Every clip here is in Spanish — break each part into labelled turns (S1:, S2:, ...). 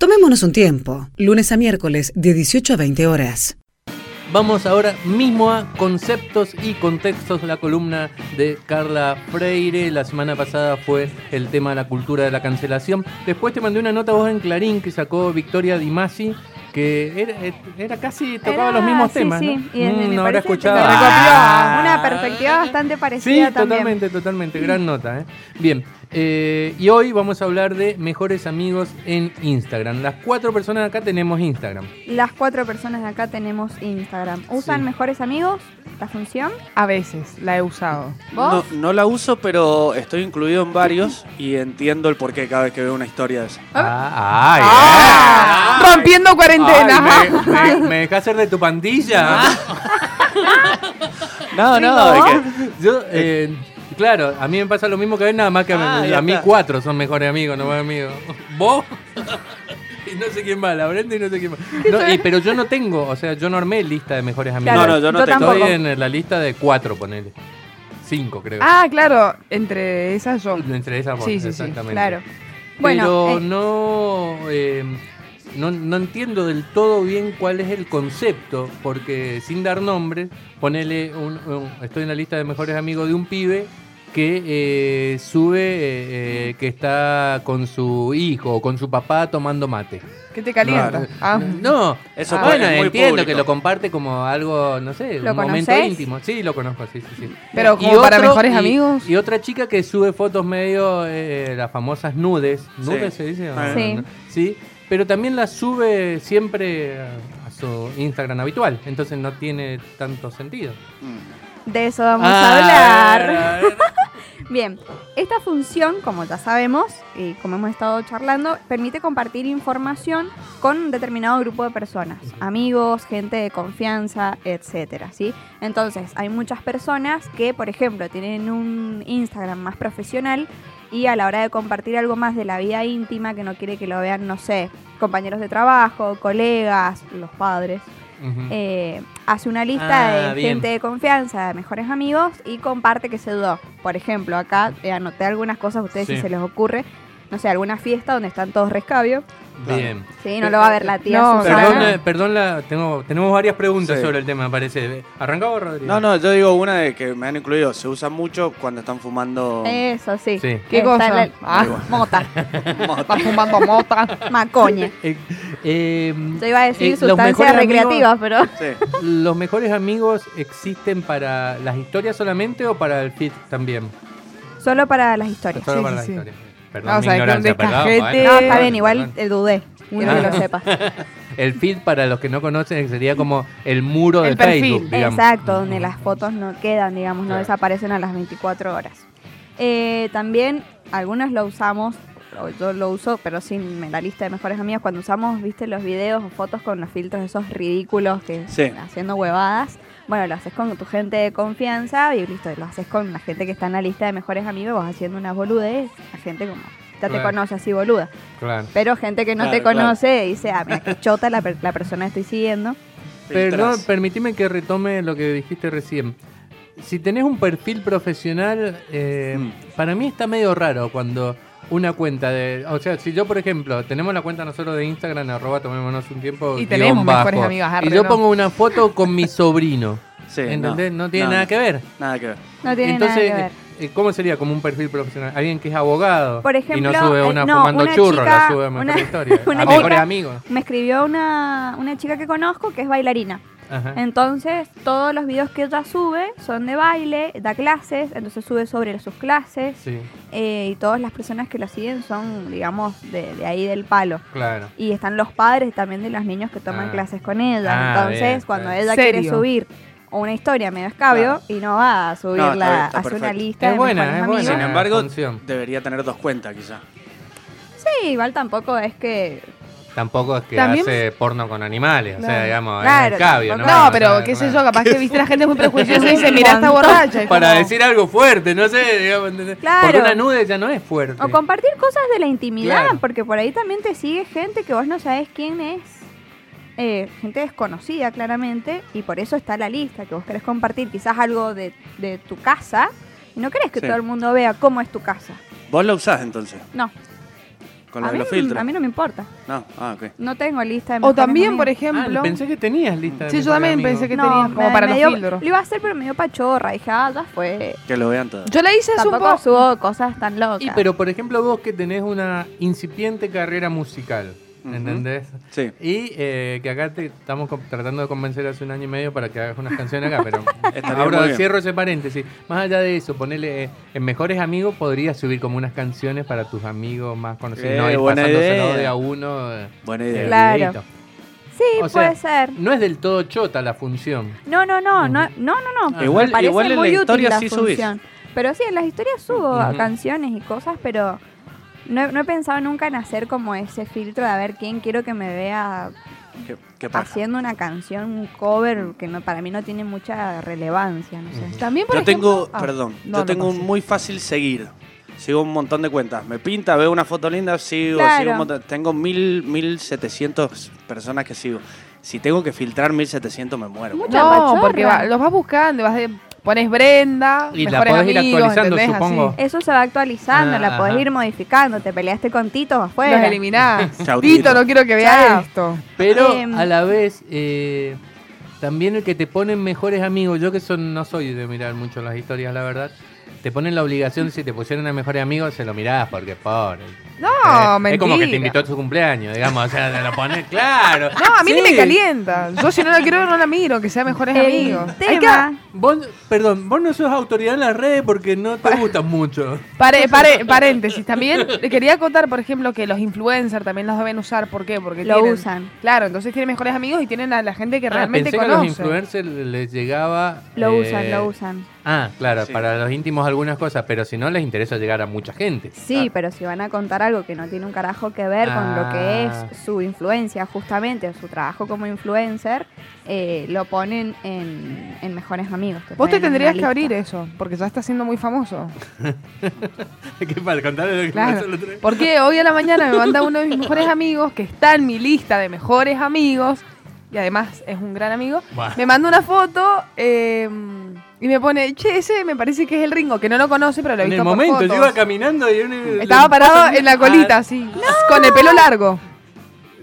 S1: Tomémonos un tiempo. Lunes a miércoles de 18 a 20 horas.
S2: Vamos ahora mismo a conceptos y contextos, la columna de Carla Freire. La semana pasada fue el tema de la cultura de la cancelación. Después te mandé una nota vos en Clarín que sacó Victoria Di Masi, que era, era casi tocaba
S3: Era-
S2: los mismos
S3: sí,
S2: temas.
S3: sí,
S2: ¿no?
S3: y es- me
S2: Mm, no
S3: parece
S2: habrá
S3: que
S2: escuchado.
S3: se recopió
S2: Ah.
S3: una perspectiva bastante
S2: Sí,
S3: parecida también.
S2: totalmente, totalmente. Gran nota. ¿eh? Bien, eh, y hoy vamos a hablar de mejores amigos en Instagram. Las cuatro personas acá tenemos Instagram.
S3: Las cuatro personas de acá tenemos Instagram. ¿Usan
S2: Sí.
S3: mejores amigos? ¿La función?
S4: A veces la he usado.
S3: ¿Vos?
S5: No, no la uso, pero estoy incluido en varios y entiendo el porqué cada vez que veo una historia de esa.
S2: Ah, ay,
S4: ¡Ah! Rompiendo cuarentena.
S2: Ay, me, me- me dejás ser de tu pandilla.
S5: No, no, es que-
S2: Yo, eh, claro, a mí me pasa lo mismo que a él, nada más que
S5: Ah,
S2: a, mí,
S5: ya
S2: a mí
S5: está.
S2: cuatro son mejores amigos, no más amigos. ¿Vos? y no sé quién más, la Brenda y no sé quién más. No, y- pero yo no tengo, o sea, yo no armé lista de mejores amigos.
S5: Claro, No, no, yo no yo tengo.
S2: Estoy
S3: tampoco.
S2: en la lista de cuatro, ponele. Cinco, creo.
S4: Ah, claro, entre esas yo.
S2: Entre esas
S4: Sí, sí, sí,
S2: exactamente.
S3: Claro.
S2: Pero
S3: Bueno, eh,
S2: no, eh, no, no entiendo del todo bien cuál es el concepto, porque sin dar nombres, ponele, un, un- estoy en la lista de mejores amigos de un pibe que eh, sube eh, eh, que está con su hijo o con su papá tomando mate.
S4: Que te calienta.
S5: No,
S4: Ah.
S2: No,
S5: Eso
S2: Ah,
S5: puede-
S2: bueno,
S5: es muy
S2: entiendo
S5: público.
S2: que lo comparte como algo, no sé,
S3: ¿Lo
S2: un momento
S3: conocés?
S2: íntimo. Sí, lo conozco, sí, sí, sí.
S4: Pero
S2: Y
S4: como para
S2: otro-
S4: mejores
S2: y-
S4: amigos.
S2: Y otra chica que sube fotos medio, eh, las famosas nudes. ¿Nudes
S5: Sí.
S2: se dice?
S5: Ah.
S3: Sí.
S2: ¿no? Sí, pero también las sube siempre a su Instagram habitual, entonces no tiene tanto sentido.
S3: de eso vamos
S2: Ah.
S3: a hablar.
S5: Ah,
S3: Bien, esta función, como ya sabemos y como hemos estado charlando, permite compartir información con un determinado grupo de personas, amigos, gente de confianza, etcétera, ¿sí? Entonces, hay muchas personas que, por ejemplo, tienen un Instagram más profesional y a la hora de compartir algo más de la vida íntima que no quiere que lo vean, no sé, compañeros de trabajo, colegas, los padres,
S2: Ujú.
S3: eh, hace una lista
S2: Ah,
S3: de
S2: bien.
S3: gente de confianza, de mejores amigos y comparte que se dudó. Por ejemplo, acá eh, anoté algunas cosas, ustedes
S2: Sí.
S3: si se les ocurre, no sé, alguna fiesta donde están todos rescabio.
S2: Bien.
S3: Sí, no lo va a ver la tía
S4: No,
S3: Susana.
S2: Perdón, eh, perdón la, tengo, tenemos varias preguntas
S5: Sí.
S2: sobre el tema, me parece. ¿Arrancamos, Rodrigo?
S5: no, no, yo digo una de que me han incluido. Se usa mucho cuando están fumando.
S3: Eso sí.
S2: Sí.
S4: ¿Qué
S3: Está
S4: cosa?
S3: la-
S4: Ah.
S3: Mota,
S4: Está fumando mota.
S3: macoña.
S2: Eh, eh,
S3: Yo iba a decir
S2: eh, los mejores
S3: sustancias
S2: amigos-
S3: recreativas, pero
S5: Sí.
S2: ¿Los mejores amigos existen para las historias solamente o para el feed también?
S3: solo para las historias.
S2: Solo
S4: Sí,
S2: para
S4: sí,
S2: las
S4: sí.
S2: historias.
S4: No,
S2: Perdón,
S4: o sea,
S2: mi
S4: que un
S2: ignorancia, perdón.
S4: descajete-
S2: bueno. Ah.
S3: No, está bien, igual
S2: Perdón.
S3: el dudé, quiero que lo sepas.
S2: El feed, para los que no conocen, sería como el muro de
S4: El perfil.
S2: Facebook, digamos.
S3: Exacto, donde las fotos no quedan, digamos, no
S2: Claro.
S3: desaparecen a las 24 horas. Eh, también algunos lo usamos, o yo lo uso, pero sin la lista de mejores amigos, cuando usamos, viste, los videos o fotos con los filtros esos ridículos que
S5: Sí.
S3: haciendo huevadas. Bueno, lo haces con tu gente de confianza y listo, lo haces con la gente que está en la lista de mejores amigos, vas haciendo unas boludez, la gente como ya te
S2: Claro.
S3: conoce así boluda.
S2: Claro.
S3: Pero gente que no te
S5: Claro, claro.
S3: conoce dice, ah, mira, qué chota la, per- la persona que estoy siguiendo.
S2: Perdón,
S5: Filtras.
S2: permitime que retome lo que dijiste recién. Si tenés un perfil profesional, eh,
S5: Mm.
S2: para mí está medio raro cuando una cuenta de... O sea, si yo, por ejemplo, tenemos la cuenta nosotros de Instagram, arroba, tomémonos un tiempo,
S4: Y
S2: guión
S4: tenemos mejores
S2: bajo,
S4: amigas, arre,
S2: Y yo
S4: ¿no?
S2: pongo una foto con mi sobrino,
S5: Sí,
S2: ¿entendés? No, tiene nada que ver.
S5: Nada que ver.
S3: No tiene
S2: Entonces,
S3: nada que ver.
S2: eh, ¿cómo sería como un perfil profesional? Alguien que es abogado
S3: Por
S2: y no
S3: ejemplo,
S2: sube
S3: eh,
S2: una
S3: no,
S2: fumando
S3: una
S2: churro, la
S3: chica-
S2: sube a mejor
S3: una-
S2: historia.
S3: una
S2: a
S3: chica-
S2: mejores amigos.
S3: Me escribió una, una chica que conozco que es bailarina.
S2: Ajá.
S3: Entonces, todos los videos que ella sube son de baile, da clases, entonces sube sobre sus clases
S2: Sí,
S3: eh, y todas las personas que la siguen son, digamos, de, de ahí del palo.
S2: claro.
S3: Y están los padres también de los niños que toman
S2: Ah.
S3: clases con ella.
S2: Ah,
S3: entonces,
S2: bien,
S3: cuando
S2: bien.
S3: ella quiere
S4: ¿Serio?
S3: subir una historia medio escabio
S5: Claro.
S3: y no va a
S5: No, está bien,
S3: subirla,
S5: está
S3: hace una
S5: perfecto.
S3: lista
S2: Es
S3: de
S2: buena,
S3: mejores
S2: es
S3: amigos.
S2: buena.
S5: Sin embargo,
S2: función.
S5: Debería tener dos cuentas, quizá.
S3: Sí, igual tampoco es que
S2: Tampoco es que
S4: También-
S2: hace porno con animales, o sea,
S4: Claro.
S2: digamos,
S3: Claro,
S2: es cabio, ¿no?
S3: tampoco-
S4: No,
S2: O
S4: pero
S2: sea,
S4: qué sé
S2: no-
S4: yo, capaz que viste la gente muy prejuiciosa y dice,
S3: Un
S4: mira, está
S3: montón.
S4: borracha. y
S2: Para
S4: como-
S2: decir algo fuerte, no sé, digamos, ¿entendés?
S3: Claro.
S2: Porque una nude ya no es fuerte. Ah,
S3: O compartir cosas de la intimidad,
S2: Claro.
S3: porque por ahí también te sigue gente que vos no sabés quién es. Eh, gente desconocida, claramente, y por eso está la lista, que vos querés compartir quizás algo de, de tu casa, y no querés que
S5: Sí.
S3: todo el mundo vea cómo es tu casa.
S5: Vos lo usás entonces.
S3: No.
S5: Con lo
S3: a,
S5: de
S3: mí,
S5: los filtros.
S3: a mí no me importa.
S5: No, ah, ok.
S3: No tengo lista de
S4: O
S3: mejores
S4: también, por
S3: amigos.
S4: ejemplo.
S2: Ah, pensé que tenías lista. de
S4: Sí, yo
S2: mejores
S4: también
S2: amigos.
S4: pensé que-
S3: no,
S4: tenías como
S3: me-
S4: para
S3: me
S4: los
S3: dio-
S4: filtros.
S3: Lo iba a hacer, pero me dio pachorra. Dije, ah, ya fue.
S5: Que lo vean todos.
S4: Yo la hice hace un
S3: Tampoco
S4: poco.
S3: subo cosas tan locas.
S2: Y pero por ejemplo vos que tenés una incipiente carrera musical,
S5: Ujú.
S2: ¿entendés?
S5: Sí.
S2: Y eh, que acá te estamos co- tratando de convencer hace un año y medio para que hagas unas canciones acá, pero
S5: Estaría muy
S2: ahora
S5: bien.
S2: cierro ese paréntesis. Más allá de eso, ponele eh, en Mejores Amigos podrías subir como unas canciones para tus amigos más conocidos,
S5: Eh,
S2: no ir
S5: buena
S2: pasándoselo
S5: idea.
S2: de a uno. eh,
S5: Buena
S2: el
S5: idea.
S3: Claro.
S2: videíto.
S3: sí,
S2: o
S3: puede
S2: sea,
S3: ser.
S2: No es del todo chota la función.
S3: No, no, no, no, no, no, no.
S2: Ah,
S5: Igual-
S3: me parece
S5: igual en
S3: muy
S5: la
S3: útil
S5: historia sí
S3: función. Pero sí, en las historias subo
S2: Ujú.
S3: canciones y cosas, pero no he, no he pensado nunca en hacer como ese filtro de a ver quién quiero que me vea
S5: Qué, qué paja.
S3: haciendo una canción, un cover que no, para mí no tiene mucha relevancia, no sé.
S2: Ujú.
S4: También, por
S5: Yo tengo,
S4: ejemplo- ah,
S5: perdón,
S4: no,
S5: yo
S4: no,
S5: tengo
S4: no,
S5: un
S4: sí.
S5: muy fácil seguir. Sigo un montón de cuentas. Me pinta, veo una foto linda, sigo,
S3: Claro.
S5: sigo un montón. Tengo mil, mil setecientos personas que sigo. Si tengo que filtrar mil setecientos me muero.
S3: Mucho.
S4: No,
S3: Chapachorra.
S4: porque va- los vas buscando, vas de, pones Brenda,
S2: Y la
S4: mejores
S2: podés ir
S4: amigos,
S2: actualizando,
S4: ¿entendés?
S2: supongo.
S4: Así.
S3: Eso se va actualizando,
S2: Ah,
S3: la podés
S2: ajá.
S3: ir modificando. Te peleaste con Tito,
S4: Los
S3: afuera.
S4: eliminás.
S5: Chau, Tito.
S4: Tito, no quiero que vea
S3: Chao.
S4: esto.
S2: Pero
S3: Em.
S2: a la vez, eh, también el que te ponen mejores amigos, yo que son, no soy de mirar mucho las historias, la verdad, te ponen la obligación, si te pusieron a mejores amigos, se lo mirás, porque pobre.
S4: No,
S2: Eh, Es como que te
S4: mentira.
S2: invitó a su cumpleaños, digamos, o sea, te lo pones, claro.
S4: No, a mí ni
S2: Sí.
S4: me calienta. Yo si no la quiero, no la miro, que sea mejores
S3: El
S4: amigos. Hay que-
S3: tema-
S2: Vos, perdón, vos no sos autoridad en las redes porque no te gustan mucho.
S4: Pare- pare- paréntesis, también le quería contar, por ejemplo, que los influencers también las deben usar. ¿Por qué? Porque
S3: Lo
S4: tienen-
S3: usan.
S4: Claro, entonces tienen mejores amigos y tienen a la gente que
S2: Ah,
S4: realmente
S2: pensé que a los
S4: conoce.
S2: influencers les llegaba...
S3: Lo
S2: eh,
S3: usan, lo usan.
S2: Ah, claro,
S5: Sí.
S2: para los íntimos algunas cosas, pero si no les interesa llegar a mucha gente.
S3: Sí,
S4: Ah.
S3: pero si van a contar algo que no tiene un carajo que ver con lo que
S2: Ah.
S3: es su influencia, justamente, o su trabajo como influencer, eh, lo ponen en, en mejores amigos.
S4: Vos te
S3: ponen en
S4: tendrías
S3: una
S4: que abrir
S3: lista.
S4: eso, porque ya estás siendo muy famoso.
S2: que para contarle lo que
S4: Claro.
S2: pasó el otro día.
S4: Porque hoy a la mañana me manda uno de mis mejores amigos, que está en mi lista de mejores amigos, y además es un gran amigo,
S2: Buah.
S4: me manda una foto eh, y me pone, che, ese me parece que es el Ringo, que no lo conoce, pero lo he
S2: En
S4: visto
S2: el
S4: por
S2: momento, yo
S4: fotos.
S2: iba caminando y un-
S4: Estaba parado en la colita,
S2: Ah,
S4: así, con el pelo largo.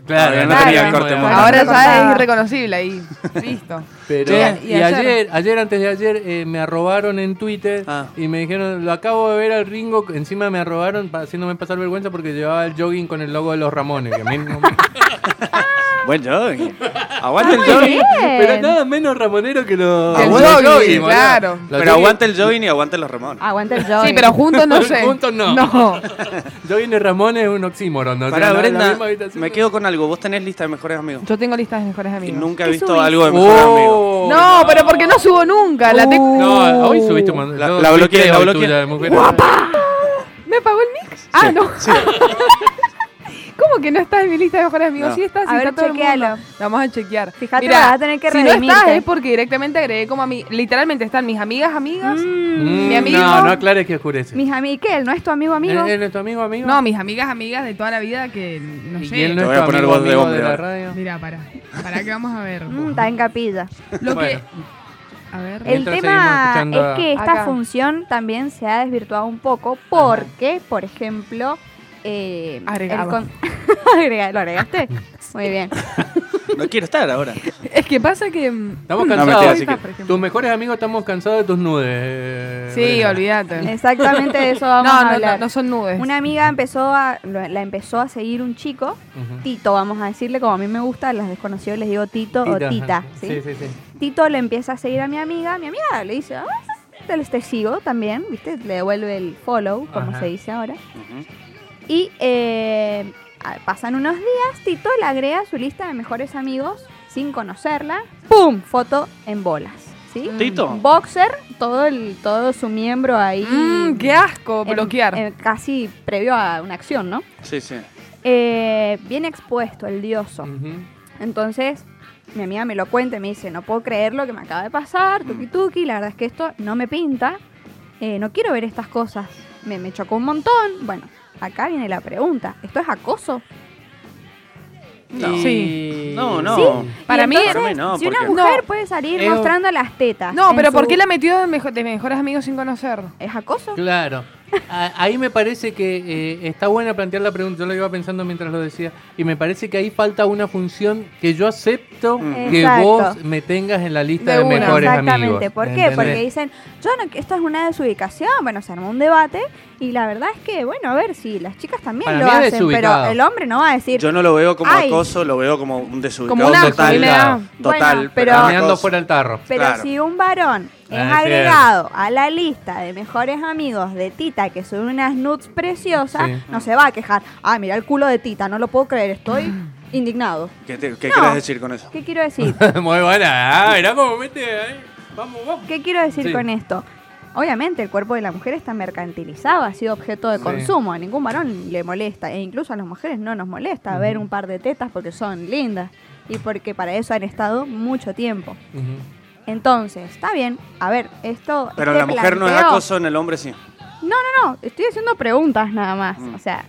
S2: claro,
S5: Todavía
S2: no
S4: no
S2: tenía
S4: tenía
S2: corte
S5: corte
S2: mono.
S5: Bueno,
S4: Ahora
S3: no
S4: ya
S3: contaba.
S4: es irreconocible ahí. Listo.
S2: Pero-
S5: Che,
S2: y,
S3: y ayer.
S2: ayer, ayer, antes de ayer, eh, me arrobaron en Twitter
S5: Ah.
S2: y me dijeron, lo acabo de ver al Ringo, encima me arrobaron pa- haciéndome pasar vergüenza porque llevaba el jogging con el logo de los Ramones. que a mí no me-
S5: Buen jogging. Aguante el
S3: muy
S5: jogging.
S3: bien.
S2: Pero nada menos ramonero que los...
S4: El
S2: los
S4: jogging,
S2: jogging, boludo.
S4: claro.
S2: Los
S5: Pero
S2: jogging-
S5: aguante el jogging y aguante los Ramones.
S2: Ah,
S3: Aguanta el jogging.
S4: eh. Sí, pero juntos no sé.
S2: Juntos no.
S4: No.
S2: Jogging de Ramones es un oxímoron. ¿no? O sea,
S5: Pará,
S2: la- la
S5: Brenda,
S2: misma habitación.
S5: me quedo con algo. Vos tenés lista de mejores amigos.
S4: Yo tengo listas de mejores
S5: Y
S4: amigos.
S5: nunca he
S3: ¿Qué
S5: visto
S3: subís?
S5: algo de mejores amigos.
S2: ¡Oh!
S4: No, pero porque no subo nunca. La tengo.
S2: Uh.
S3: Uh.
S2: No, hoy subiste un montón.
S5: La-
S2: Yo
S5: la
S2: vi
S5: bloqueé,
S2: tres
S5: la
S2: hoy
S5: bloqueé.
S2: tuyas de mujeres.
S4: ¿Me pagó el mix? Ah, no. ¿Cómo que no estás en mi lista de mejores amigos?
S5: No.
S4: Sí estás, sí
S3: A ver,
S4: está todo el mundo.
S3: chequealo.
S4: Lo vamos a chequear.
S3: Fíjate, vas a tener que
S4: si no estás
S3: redimirte.
S4: es porque directamente agregué como a mí. Literalmente están mis amigas, amigas.
S2: Mm,
S4: Mi amigo.
S2: No, no aclares que oscurece.
S3: Mis amigos, ¿qué? ¿Él no es tu amigo amigo?
S2: ¿Él, él es tu amigo, amigo?
S4: No, mis amigas, amigas de toda la vida que no
S2: ¿Y
S4: sé.
S2: él no
S5: Te
S2: es
S5: voy
S2: tu
S5: a poner
S2: amigo,
S5: voz de
S2: amigo
S5: hombre
S2: de la
S5: ahora.
S2: radio?
S4: Mira, para. Para que vamos a ver.
S3: Mm, está en capilla.
S4: Lo
S2: Bueno.
S4: que. A ver.
S3: El
S2: Mientras seguimos
S3: tema
S2: escuchando a-
S3: es que esta
S4: Acá.
S3: función también se ha desvirtuado un poco porque, por ejemplo, eh, el
S4: Agregaba.
S3: con- Agrega- ¿Lo agregaste? Muy bien.
S5: No quiero estar ahora.
S4: Es que pasa que. mm,
S2: Estamos
S5: No,
S2: cansados.
S5: mentira, así que-
S4: por ejemplo.
S2: Tus mejores amigos estamos cansados de tus nudes.
S4: Sí,
S2: Brenda.
S4: olvídate.
S3: Exactamente de eso
S4: No,
S3: vamos a
S4: no, no,
S3: hablar.
S4: no son nubes.
S3: Una amiga empezó a, lo- la empezó a seguir un chico,
S2: Ujú.
S3: Tito, vamos a decirle, como a mí me gusta, a las desconocidas les digo Tito o Tita.
S2: ajá.
S3: ¿sí?
S2: Sí, sí, sí.
S3: Tito le empieza a seguir a mi amiga, mi amiga le dice, ah, te, te sigo también, ¿viste? Le devuelve el follow, como
S2: Ajá.
S3: se dice ahora.
S5: Ujú.
S3: Y eh, a- pasan unos días, Tito le agrega a su lista de mejores amigos sin conocerla. ¡Pum! Foto en bolas. ¿Sí?
S5: Tito.
S3: Boxer, todo, el, todo su miembro ahí.
S4: Mmm, qué asco,
S3: en-
S4: bloquear.
S3: eh, casi previo a una acción, ¿no?
S5: Sí, sí.
S3: Eh, bien expuesto, el dioso.
S2: Ujú.
S3: Entonces, mi amiga me lo cuenta y me dice, no puedo creer lo que me acaba de pasar, tuki tuki, la verdad es que esto no me pinta, eh, no quiero ver estas cosas, me, me chocó un montón. Bueno, acá viene la pregunta, ¿esto es acoso?
S5: No.
S2: Y-
S4: Sí.
S5: No, no.
S3: Sí.
S4: Para
S3: Y
S4: mí-
S3: entonces,
S5: Para mí no,
S3: si una
S5: porque-
S3: mujer
S4: No.
S3: puede salir
S2: Es un-
S3: mostrando las tetas.
S4: No,
S3: en
S4: pero
S3: su-
S4: ¿por qué la metió de, mejo- de mejores amigos sin conocer?
S3: ¿Es acoso?
S2: Claro. a- ahí me parece que eh, está buena plantear la pregunta. Yo la iba pensando mientras lo decía. Y me parece que ahí falta una función que yo acepto
S5: Mm.
S2: que
S3: Exacto.
S2: vos me tengas en la lista de,
S4: De una.
S2: mejores
S3: Exactamente.
S2: amigos.
S3: ¿Por qué?
S2: ¿entendés?
S3: Porque dicen, yo no, esta es una desubicación. Bueno, se armó un debate y la verdad es que, bueno, a ver si las chicas también
S2: Para
S3: lo
S2: mí es
S3: hacen, pero
S2: desubicado.
S3: el hombre no va a decir.
S5: Yo no lo veo como
S3: Ay.
S5: acoso, lo veo como un desubicado
S4: Como una
S5: total.
S4: actividad.
S5: Total,
S3: Bueno,
S5: pero,
S3: pero-
S2: Caminando
S5: acoso.
S2: fuera del tarro.
S3: pero
S5: claro.
S3: si un varón es
S2: Ah, es
S3: agregado a la lista de mejores amigos de Tita, que son unas nudes preciosas,
S2: Sí.
S3: no se va a quejar. Ah, mira el culo de Tita, no lo puedo creer, estoy indignado.
S5: ¿Qué, te- qué
S3: No.
S5: querés decir con eso?
S3: ¿Qué quiero decir?
S2: Muy buena. Ah, mirá cómo mete. eh. Vamos, vamos.
S3: ¿Qué quiero decir
S2: Sí.
S3: con esto? Obviamente el cuerpo de la mujer está mercantilizado, ha sido objeto de
S2: Sí.
S3: consumo, a ningún varón le molesta, e incluso a las mujeres no nos molesta ver un par de tetas porque son lindas y porque para eso han estado mucho tiempo.
S2: Ujú.
S3: Entonces, está bien, a ver, esto...
S5: Pero
S3: este
S5: la mujer no es
S3: planteo-
S5: acoso, en el hombre sí.
S3: No, no, no, estoy haciendo preguntas nada más,
S5: Mm.
S3: o sea,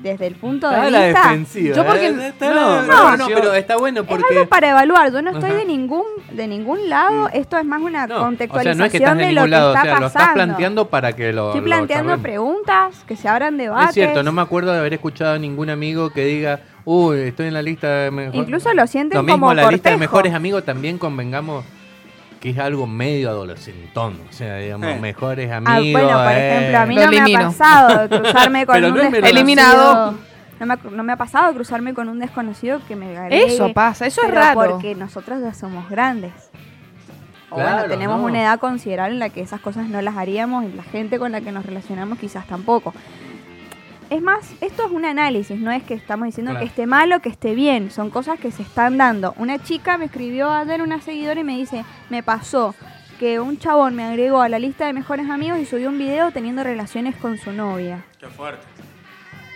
S3: desde el punto
S2: Está
S3: de
S2: a la
S3: vista...
S2: defensiva.
S4: Yo porque-
S2: eh. Está a
S5: no,
S2: la-
S5: no,
S2: no, no, pero está bueno
S3: Es
S2: porque.
S3: algo para evaluar, yo no estoy
S2: Ajá. Mm.
S3: de ningún de ningún lado, esto es más una
S2: No, o sea,
S3: contextualización
S2: no es que estás
S3: de
S2: en
S3: lo
S2: ningún
S3: que
S2: lado,
S3: está
S2: o sea,
S3: pasando.
S2: lo estás planteando para que lo.
S3: Estoy
S2: lo
S3: planteando
S2: charlemos.
S3: preguntas, que se abran debates.
S2: Es cierto, no me acuerdo de haber escuchado a ningún amigo que diga, uy, estoy en la lista de mejores.
S3: Incluso lo sienten
S2: Lo mismo,
S3: como
S2: la lista de
S3: cortejo.
S2: mejores amigos también convengamos que es algo medio adolescentón. O sea, digamos,
S5: Eh.
S2: mejores
S3: Ah,
S2: amigos.
S3: bueno, por
S2: eh.
S3: ejemplo, a mí
S4: Lo
S3: no me ha
S4: elimino.
S3: pasado de cruzarme con
S2: Pero
S3: un
S2: no es menor.
S3: desconocido.
S4: Eliminado.
S3: No me, ha- no me ha pasado de cruzarme con un desconocido que me agregue.
S4: Eso pasa, eso es
S3: pero
S4: raro.
S3: Porque nosotros ya somos grandes. O bueno,
S2: Claro,
S3: tenemos
S2: no.
S3: una edad considerable en la que esas cosas no las haríamos y la gente con la que nos relacionamos quizás tampoco. Es más, esto es un análisis, no es que estamos diciendo
S2: Claro.
S3: que esté mal o que esté bien, son cosas que se están dando. Una chica me escribió ayer, una seguidora, y me dice, me pasó que un chabón me agregó a la lista de mejores amigos y subió un video teniendo relaciones con su novia.
S5: Qué fuerte.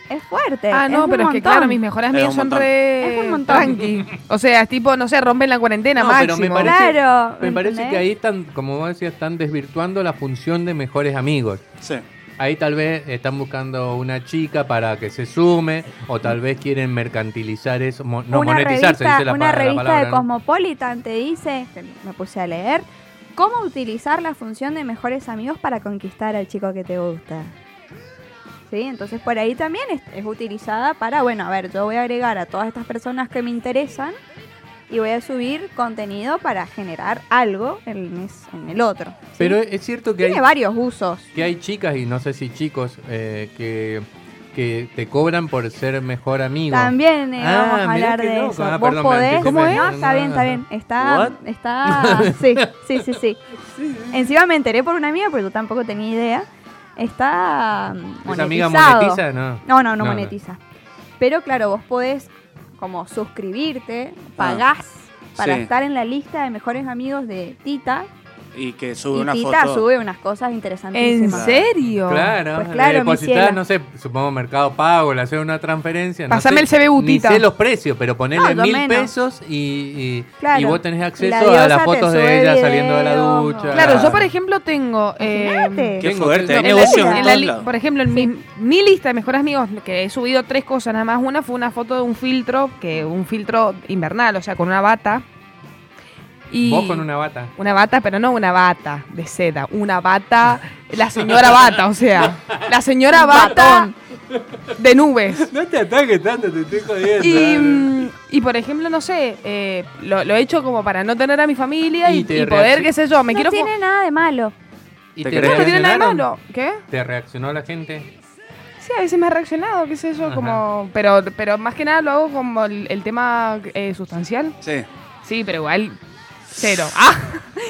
S3: Eh, Es fuerte.
S4: Ah, no,
S3: un
S4: pero es que
S3: montón.
S4: claro, mis mejores
S5: Es
S4: amigos
S5: un
S4: son
S5: montón.
S4: re
S3: Es un montón.
S4: tranqui. O sea, tipo, no sé, rompen la cuarentena
S2: No, pero
S4: máximo.
S2: me parece,
S3: Claro,
S2: me parece que
S3: ¿entendés?
S2: ahí están, como vos decías, están desvirtuando la función de mejores amigos.
S5: Sí.
S2: Ahí tal vez están buscando una chica para que se sume, o tal vez quieren mercantilizar eso, mo- no
S3: una
S2: monetizar, se
S3: revista,
S2: dice la,
S3: una
S2: pa- la
S3: revista
S2: palabra.
S3: de
S2: ¿no?
S3: Cosmopolitan te dice, que me puse a leer, cómo utilizar la función de mejores amigos para conquistar al chico que te gusta. Sí, entonces por ahí también es, es utilizada para, bueno, a ver, yo voy a agregar a todas estas personas que me interesan y voy a subir contenido para generar algo en, es- en el otro. ¿sí?
S2: Pero es cierto que hay,
S3: tiene varios usos.
S2: que hay chicas, y no sé si chicos, eh, que, que te cobran por ser mejor amigo.
S3: También eh,
S2: Ah,
S3: vamos a
S2: mirá
S3: hablar
S2: qué
S3: de
S2: loco.
S3: eso.
S2: Ah,
S3: Vos
S2: perdón, me
S3: podés.
S2: anticipé. ¿Cómo es?
S3: No, está bien, está bien. Está.
S5: What?
S3: Está. Sí, sí, sí, sí. Encima me enteré por una amiga, pero yo tampoco tenía idea. Está. mm,
S2: ¿Esa amiga
S3: monetizado.
S2: monetiza? No.
S3: No, no, no,
S2: No, no.
S3: monetiza. Pero claro, vos podés como suscribirte, pagás para
S5: Sí.
S3: estar en la lista de mejores amigos de Tita.
S5: Y que sube
S3: Y
S5: una
S3: Tita
S5: foto.
S3: sube unas cosas
S4: ¿En
S3: interesantísimas.
S4: serio?
S2: Claro,
S3: Pues claro,
S2: le
S3: mi
S2: depositas,
S3: cielo.
S2: no sé, supongo Mercado Pago, le haces una transferencia. no
S4: Pásame
S2: sé,
S4: el CBU,
S2: Ni
S4: Tita.
S2: sé los precios, pero ponele
S3: No, yo
S2: mil
S3: menos.
S2: pesos y, y,
S3: Claro.
S2: y vos tenés acceso
S3: La diosa
S2: a las
S3: te
S2: fotos
S3: sube
S2: de ella saliendo de la
S3: videos.
S2: ducha.
S4: Claro, yo por ejemplo tengo... eh,
S3: Imagínate.
S5: Qué
S2: Tengo-
S5: fuerte. Hay
S2: tengo-
S4: en la-
S5: negocios
S3: en
S4: en
S5: en
S4: la
S5: todos
S4: li-
S5: lados.
S4: por ejemplo, en mi, mi lista de mejores amigos, que he subido tres cosas, nada más una fue una foto de un filtro, que un filtro invernal, o sea, con una bata. Y
S2: Vos con una bata.
S4: Una bata, pero no una bata de seda, una bata, la señora bata, o sea, la señora
S3: Un
S4: bata de nubes.
S2: No te ataques tanto, te estoy jodiendo.
S4: Y, mm, y, por ejemplo, no sé, eh, lo, lo he hecho como para no tener a mi familia
S2: Y
S4: y,
S2: te
S4: y
S2: reacc-
S4: poder, qué sé yo, me
S3: no
S4: quiero... fo-
S3: tiene nada de malo.
S2: ¿Y
S5: ¿Te
S2: te
S5: crees?
S4: No, no tiene nada de
S2: reaccionaron?
S4: malo. ¿Qué?
S2: ¿Te reaccionó la gente?
S4: Sí, a veces me ha reaccionado, qué sé yo,
S2: Ajá.
S4: como... Pero, pero más que nada lo hago como el, el tema eh, sustancial.
S5: Sí.
S4: Sí, pero igual cero. Ah,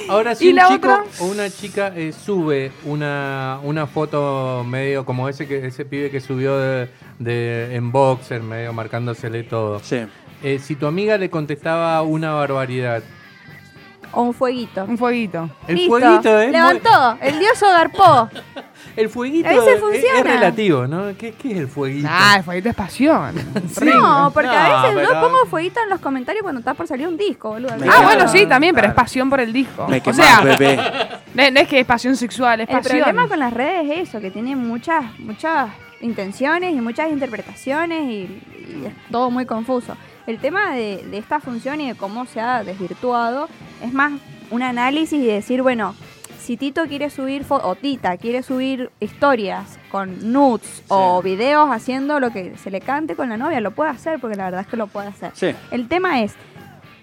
S2: Ahora
S4: ¿Y
S2: si un
S4: la
S2: chico
S4: otra?
S2: o una chica eh, sube una, una foto medio como ese que ese pibe que subió de, de- en boxer, medio marcándosele todo.
S5: Sí.
S2: Eh, si tu amiga le contestaba una barbaridad.
S3: O un fueguito.
S4: un fueguito.
S2: El
S3: Listo,
S2: fueguito, ¿eh?
S3: Levantó, el dios garpó.
S2: El fueguito
S3: A veces
S2: es-
S3: funciona.
S2: Es, relativo, ¿no? ¿Qué, qué es el fueguito?
S4: Ah, el fueguito es pasión.
S3: No, porque a
S2: No,
S3: veces yo
S2: pero-
S3: pongo fueguito en los comentarios cuando está por salir un disco, boludo.
S5: Me
S4: Ah,
S5: quemás.
S4: bueno, sí, también, pero es pasión por el disco.
S5: Me
S4: o
S5: quemás,
S4: sea,
S5: bebé.
S4: no, no es que es pasión sexual, es
S3: El
S4: pasión.
S3: problema con las redes es eso, que tiene muchas, muchas intenciones y muchas interpretaciones y, y es todo muy confuso. El tema de, de esta función y de cómo se ha desvirtuado es más un análisis y decir, bueno, Si Tito quiere subir, fo- o Tita quiere subir historias con nudes o videos haciendo lo que se le cante con la novia, lo puede hacer, porque la verdad es que lo puede hacer.
S5: Sí,
S3: El tema es,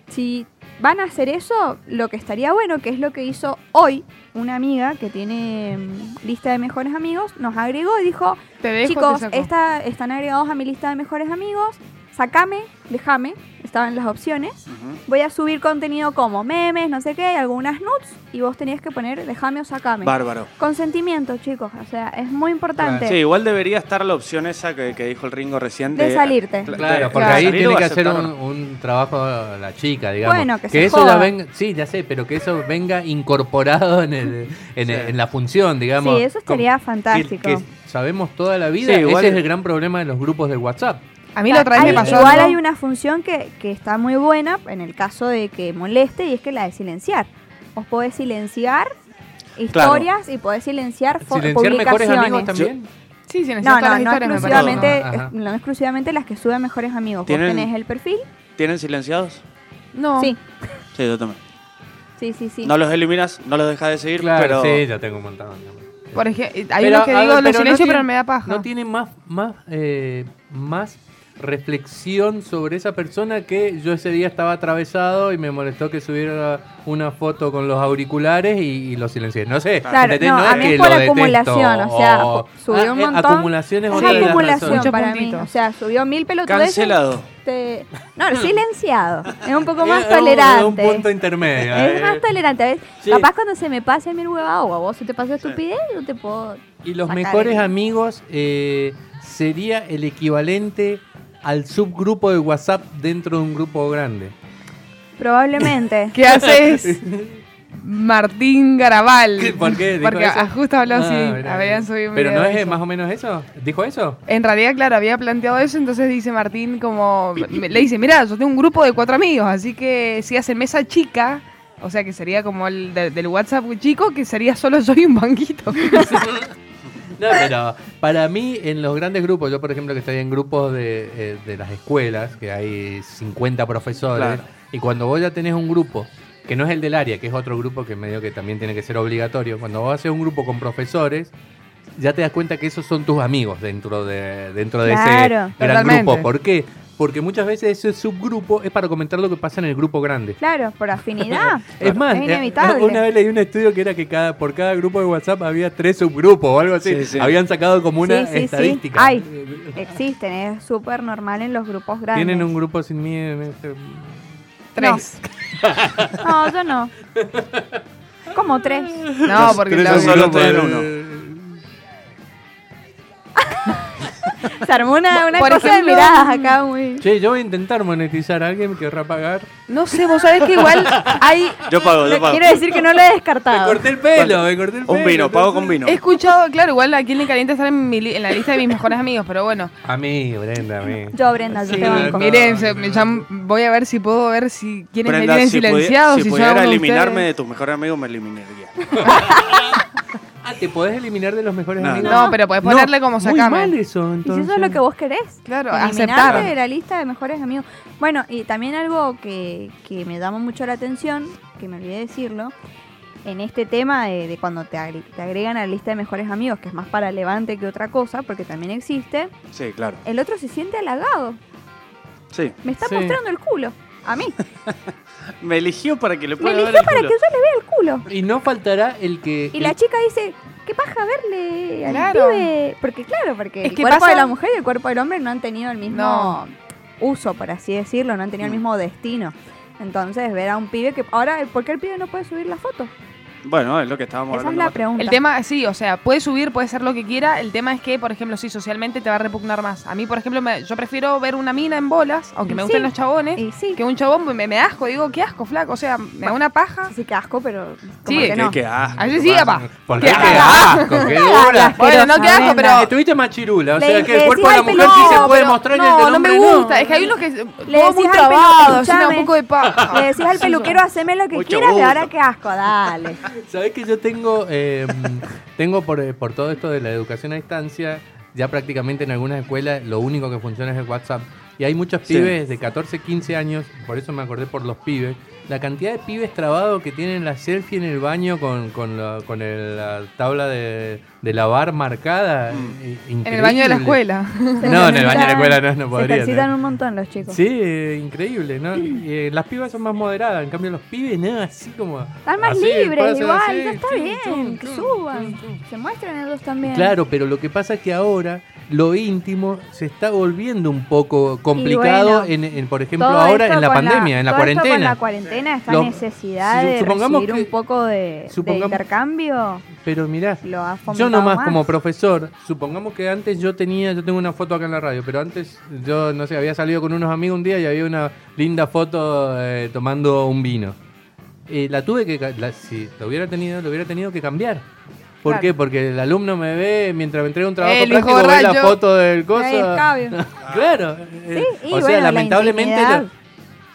S3: si van a hacer eso, lo que estaría bueno, que es lo que hizo hoy una amiga que tiene mm, lista de mejores amigos, nos agregó y dijo,
S4: Te dejo,
S3: chicos,
S4: te saco.
S3: esta, están agregados a mi lista de mejores amigos, sacame, déjame, estaban las opciones.
S5: ujú,
S3: Voy a subir contenido como memes, no sé qué, algunas nudes, y vos tenías que poner déjame o sacame.
S5: bárbaro.
S3: Consentimiento, chicos, o sea, es muy importante.
S5: Sí, igual debería estar la opción esa que, que dijo el Ringo recién.
S3: De salirte.
S5: Cla-
S2: Claro,
S5: de-
S2: porque
S3: Claro.
S2: ahí
S5: salir
S2: tiene
S5: o
S2: que hacer un,
S5: aceptar.
S2: un trabajo la chica, digamos.
S3: Bueno, que se
S2: eso
S3: joda.
S2: ya venga, sí, ya sé, pero que eso venga incorporado en, el, en,
S5: Sí.
S2: el- en la función, digamos.
S3: Sí, eso
S2: Como-
S3: estaría
S2: que-
S3: fantástico.
S2: que sabemos toda la vida.
S5: Sí, igual-
S2: Ese es el gran problema de los grupos de WhatsApp.
S4: A mí la otra vez
S3: Hay-
S4: me pasó.
S3: Igual
S4: algo.
S3: hay una función que, que está muy buena en el caso de que moleste y es que la de silenciar. Os podés silenciar historias y podés silenciar, fo-
S2: Silenciar mejores
S3: publicaciones.
S2: amigos también.
S4: Sí, sí, en el
S3: No,
S4: todas
S3: no,
S4: las
S3: no
S4: historias me parece.
S3: exclusivamente,
S2: ¿no? Ajá.
S3: no exclusivamente las que suben mejores amigos. Vos
S5: ¿Tienen-
S3: tenés el perfil.
S5: ¿Tienen silenciados?
S4: No.
S3: Sí,
S5: Sí, yo también.
S3: sí, sí, sí.
S5: No los eliminas, no los dejas de seguir,
S2: Claro,
S5: pero
S2: sí, yo tengo un montón. digamos.
S4: Por ejemplo, hay
S2: Pero,
S4: unos que
S2: a
S4: digo
S2: ver,
S4: los
S2: pero no
S4: silencio,
S2: tiene-
S4: pero me da paja.
S2: No tiene más, más, eh, más reflexión sobre esa persona que yo ese día estaba atravesado y me molestó que subiera una foto con los auriculares y, y lo silencié. No sé.
S3: Claro,
S2: ¿entendés?
S3: no, a mí
S2: que
S3: es por
S2: lo detesto
S3: acumulación, o sea, po- subió un
S2: eh,
S3: montón.
S2: Acumulación es
S3: Es
S2: otra de las
S3: acumulación
S2: razones.
S4: Muchos
S3: para mí.
S4: puntitos.
S3: O sea, subió mil pelotudeces.
S5: cancelado.
S3: te- No, silenciado. Es un poco más
S2: Es un-
S3: tolerante.
S2: Es un punto intermedio.
S3: Es
S2: eh.
S3: más tolerante. ¿ves?
S2: Sí.
S3: Capaz cuando se me pase mi hueva o a vos se te pase estupidez, yo te puedo.
S2: Y los
S3: Sacar
S2: mejores
S3: el-
S2: amigos eh, sería el equivalente al subgrupo de WhatsApp dentro de un grupo grande.
S3: Probablemente.
S4: ¿Qué haces? Martín Garabal.
S2: ¿Qué? ¿Por qué? ¿Dijo
S4: Porque
S2: eso?
S4: ah, justo habló así.
S2: Ah, mira,
S4: habían
S2: mira.
S4: subido un
S2: Pero
S4: video
S2: no
S4: de
S2: es eh,
S4: eso.
S2: más o menos eso. ¿Dijo eso?
S4: En realidad, claro, había planteado eso, entonces dice Martín como... me- Le dice, mira, yo tengo un grupo de cuatro amigos, así que si hacen mesa chica, o sea que sería como el de- del WhatsApp chico, que sería solo yo y un banquito.
S2: No, pero para mí, en los grandes grupos, yo por ejemplo que estoy en grupos de, eh, de las escuelas, que hay 50 profesores,
S5: Claro.
S2: y cuando vos ya tenés un grupo, que no es el del área, que es otro grupo que medio que también tiene que ser obligatorio, cuando vos haces un grupo con profesores, ya te das cuenta que esos son tus amigos dentro de, dentro de ese
S3: Claro.
S2: gran
S4: Totalmente.
S2: grupo. ¿Por qué? Porque muchas veces ese subgrupo es para comentar lo que pasa en el grupo grande.
S3: Claro, por afinidad.
S2: Es más,
S3: Es
S2: eh,
S3: inevitable.
S2: una vez leí un estudio que era que cada, por cada grupo de WhatsApp había tres subgrupos o algo así.
S5: Sí, sí.
S2: Habían sacado como una
S3: Sí, sí, sí.
S2: estadística.
S3: Hay. Existen, es súper normal en los grupos grandes.
S2: Tienen un grupo sin miedo. este,
S4: Tres.
S3: No, yo no. Como tres.
S4: No, porque
S2: tres
S4: la-
S5: Yo solo estoy en
S2: subgrupos.
S3: Se armó una, una
S4: Por
S3: cosa
S4: ejemplo,
S3: de miradas acá muy.
S2: Che, yo voy a intentar monetizar. ¿Alguien me querrá pagar?
S4: No sé, vos sabés que igual hay...
S5: Yo pago, yo
S3: Le-
S5: pago.
S3: Quiero decir que no lo he
S2: Me
S3: descartado.
S2: corté el pelo, me corté el pelo.
S5: Un vino, pago con vino.
S4: He escuchado, claro, igual a quien le calienta estar en, mi li- en la lista de mis mejores amigos, pero bueno.
S2: A mí, Brenda, a mí.
S3: Yo, Brenda, yo
S2: Sí,
S3: te banco.
S2: no,
S4: Miren, se-
S2: no,
S4: me
S2: no.
S4: llam- voy a ver si puedo ver si quienes
S5: Brenda,
S4: me tienen
S5: si pudi-
S4: silenciado,
S5: si,
S4: si, son
S5: pudiera
S4: alguno de
S5: eliminarme de
S4: ustedes.
S5: tus mejores amigos, me eliminaría.
S2: Ah, ¿te podés eliminar de los mejores
S5: No,
S2: amigos?
S4: No, pero podés ponerle como
S2: muy
S4: sacame.
S2: mal eso,
S3: Y si
S2: entonces.
S3: eso es lo que vos querés.
S4: Claro,
S3: eliminarte
S4: aceptar.
S3: de la lista de mejores amigos. Bueno, y también algo que, que me llama mucho la atención, que me olvidé decirlo, en este tema de, de cuando te, agre- te agregan a la lista de mejores amigos, que es más para levante que otra cosa, porque también existe,
S5: Sí, claro.
S3: el otro se siente halagado.
S5: Sí.
S3: Me está
S2: Sí.
S3: mostrando el culo. A mí.
S5: Me eligió para que le
S3: Me
S5: pueda
S3: eligió
S5: dar el
S3: para que
S5: culo.
S3: yo le vea el culo.
S2: Y no faltará el que...
S3: Y la chica dice, ¿qué paja verle al
S4: Claro.
S3: pibe? Porque claro, porque
S4: Es
S3: el
S4: que
S3: cuerpo
S4: pasa-
S3: de la mujer y el cuerpo del hombre no han tenido el mismo
S4: No.
S3: uso, por así decirlo, no han tenido el
S5: Mm.
S3: mismo destino. Entonces, ver a un pibe que... Ahora, ¿por qué el pibe no puede subir la foto?
S5: Bueno, es lo que estábamos
S3: Esa es
S5: hablando.
S3: la
S5: más temprano.
S3: pregunta.
S4: El tema, sí, o sea, puede subir, puede ser lo que quiera. El tema es que, por ejemplo, sí, socialmente te va a repugnar más. A mí, por ejemplo, me- yo prefiero ver una mina en bolas, aunque
S3: Sí.
S4: me gusten los chabones,
S3: Y sí,
S4: que un chabón me, me da asco. Digo, qué asco, flaco. O sea, me da una paja.
S3: sí que asco, pero como
S4: Sí,
S3: que no.
S5: Qué- qué asco,
S4: A veces sí,
S5: qué pasa.
S4: apa.
S2: ¿Por
S4: Qué
S2: qué? ¡Qué asco! ¡Qué dura!
S4: Bueno, no, qué asco,
S3: Brenda.
S4: pero...
S2: Estuviste más chirula, o
S3: Le-
S2: sea que
S3: le
S2: el cuerpo de la
S3: decís,
S2: mujer
S3: "Ay,
S2: sí se
S3: pero-
S2: puede mostrar y el del
S4: no, no
S2: hombre
S4: me gusta. Es que hay unos que. todo muy
S3: decís al
S4: trabado,
S3: peluquero,
S4: así, me da un
S3: escuchame.
S4: poco de paja.
S3: Le decís al peluquero, haceme lo que
S5: Mucho
S3: quieras, y
S5: gusto.
S3: ahora qué asco, dale.
S2: Sabés que yo tengo, eh, tengo por, eh, por todo esto de la educación a distancia, ya prácticamente en algunas escuelas lo único que funciona es el WhatsApp. Y hay muchos
S5: Sí.
S2: pibes de 14, 15 años, por eso me acordé por los pibes. La cantidad de pibes trabados que tienen la selfie en el baño con, con la, con el- la tabla de, de lavar marcada. eh,
S4: En el baño de la
S2: increíble.
S4: escuela.
S2: No, en el baño de la escuela no, no
S3: Se
S2: podría.
S3: ejercitan un montón los chicos.
S2: Sí, eh, increíble, ¿no? Y, eh, las pibas son más moderadas, en cambio los pibes nada, así como...
S3: Están más
S2: así,
S3: libres
S2: pasan
S3: igual,
S2: así,
S3: ya está
S2: chum,
S3: bien,
S2: chum,
S3: que
S2: chum,
S3: suban,
S2: chum, chum.
S3: se muestren ellos también.
S2: Claro, pero lo que pasa es que ahora lo íntimo se está volviendo un poco complicado,
S3: bueno,
S2: en, en, por ejemplo,
S3: Todo
S2: ahora
S3: esto
S2: en la
S3: con
S2: pandemia, en la
S3: todo esto con la
S2: cuarentena.
S3: cuarentena, esta
S2: Lo-
S3: necesidad
S2: su-
S3: de
S2: supongamos
S3: recibir
S2: que-
S3: un poco de, de
S2: supongamos-
S3: intercambio
S2: Pero mirá,
S3: lo ha
S2: yo
S3: fomentado
S2: nomás
S3: más.
S2: como profesor, supongamos que antes yo tenía, yo tengo una foto acá en la radio, pero antes yo, no sé, había salido con unos amigos un día y había una linda foto eh, tomando un vino. Eh, la tuve que, ca- la- si lo hubiera tenido, lo hubiera tenido que cambiar. ¿Por
S4: Claro.
S2: qué? Porque el alumno me ve mientras me entrega un trabajo
S4: El hijo
S2: práctico, ve la
S4: borracho.
S2: foto del
S3: Ahí
S2: coso.
S3: escabio.
S2: Claro. eh,
S3: y
S2: o sea,
S3: bueno, la
S2: lamentablemente.
S3: intimidad.
S2: lo-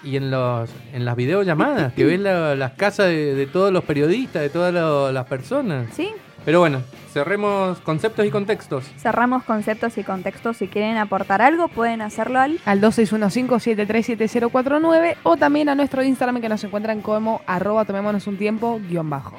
S2: y en, los, en las videollamadas, que ves la- las casas de, de todos los periodistas, de todas lo- las personas.
S3: Sí,
S2: Pero bueno, cerremos conceptos y contextos.
S3: cerramos conceptos y contextos. Si quieren aportar algo, pueden hacerlo al
S4: al 2615-737049 o también a nuestro Instagram que nos encuentran como arroba tomémonos un tiempo guión bajo.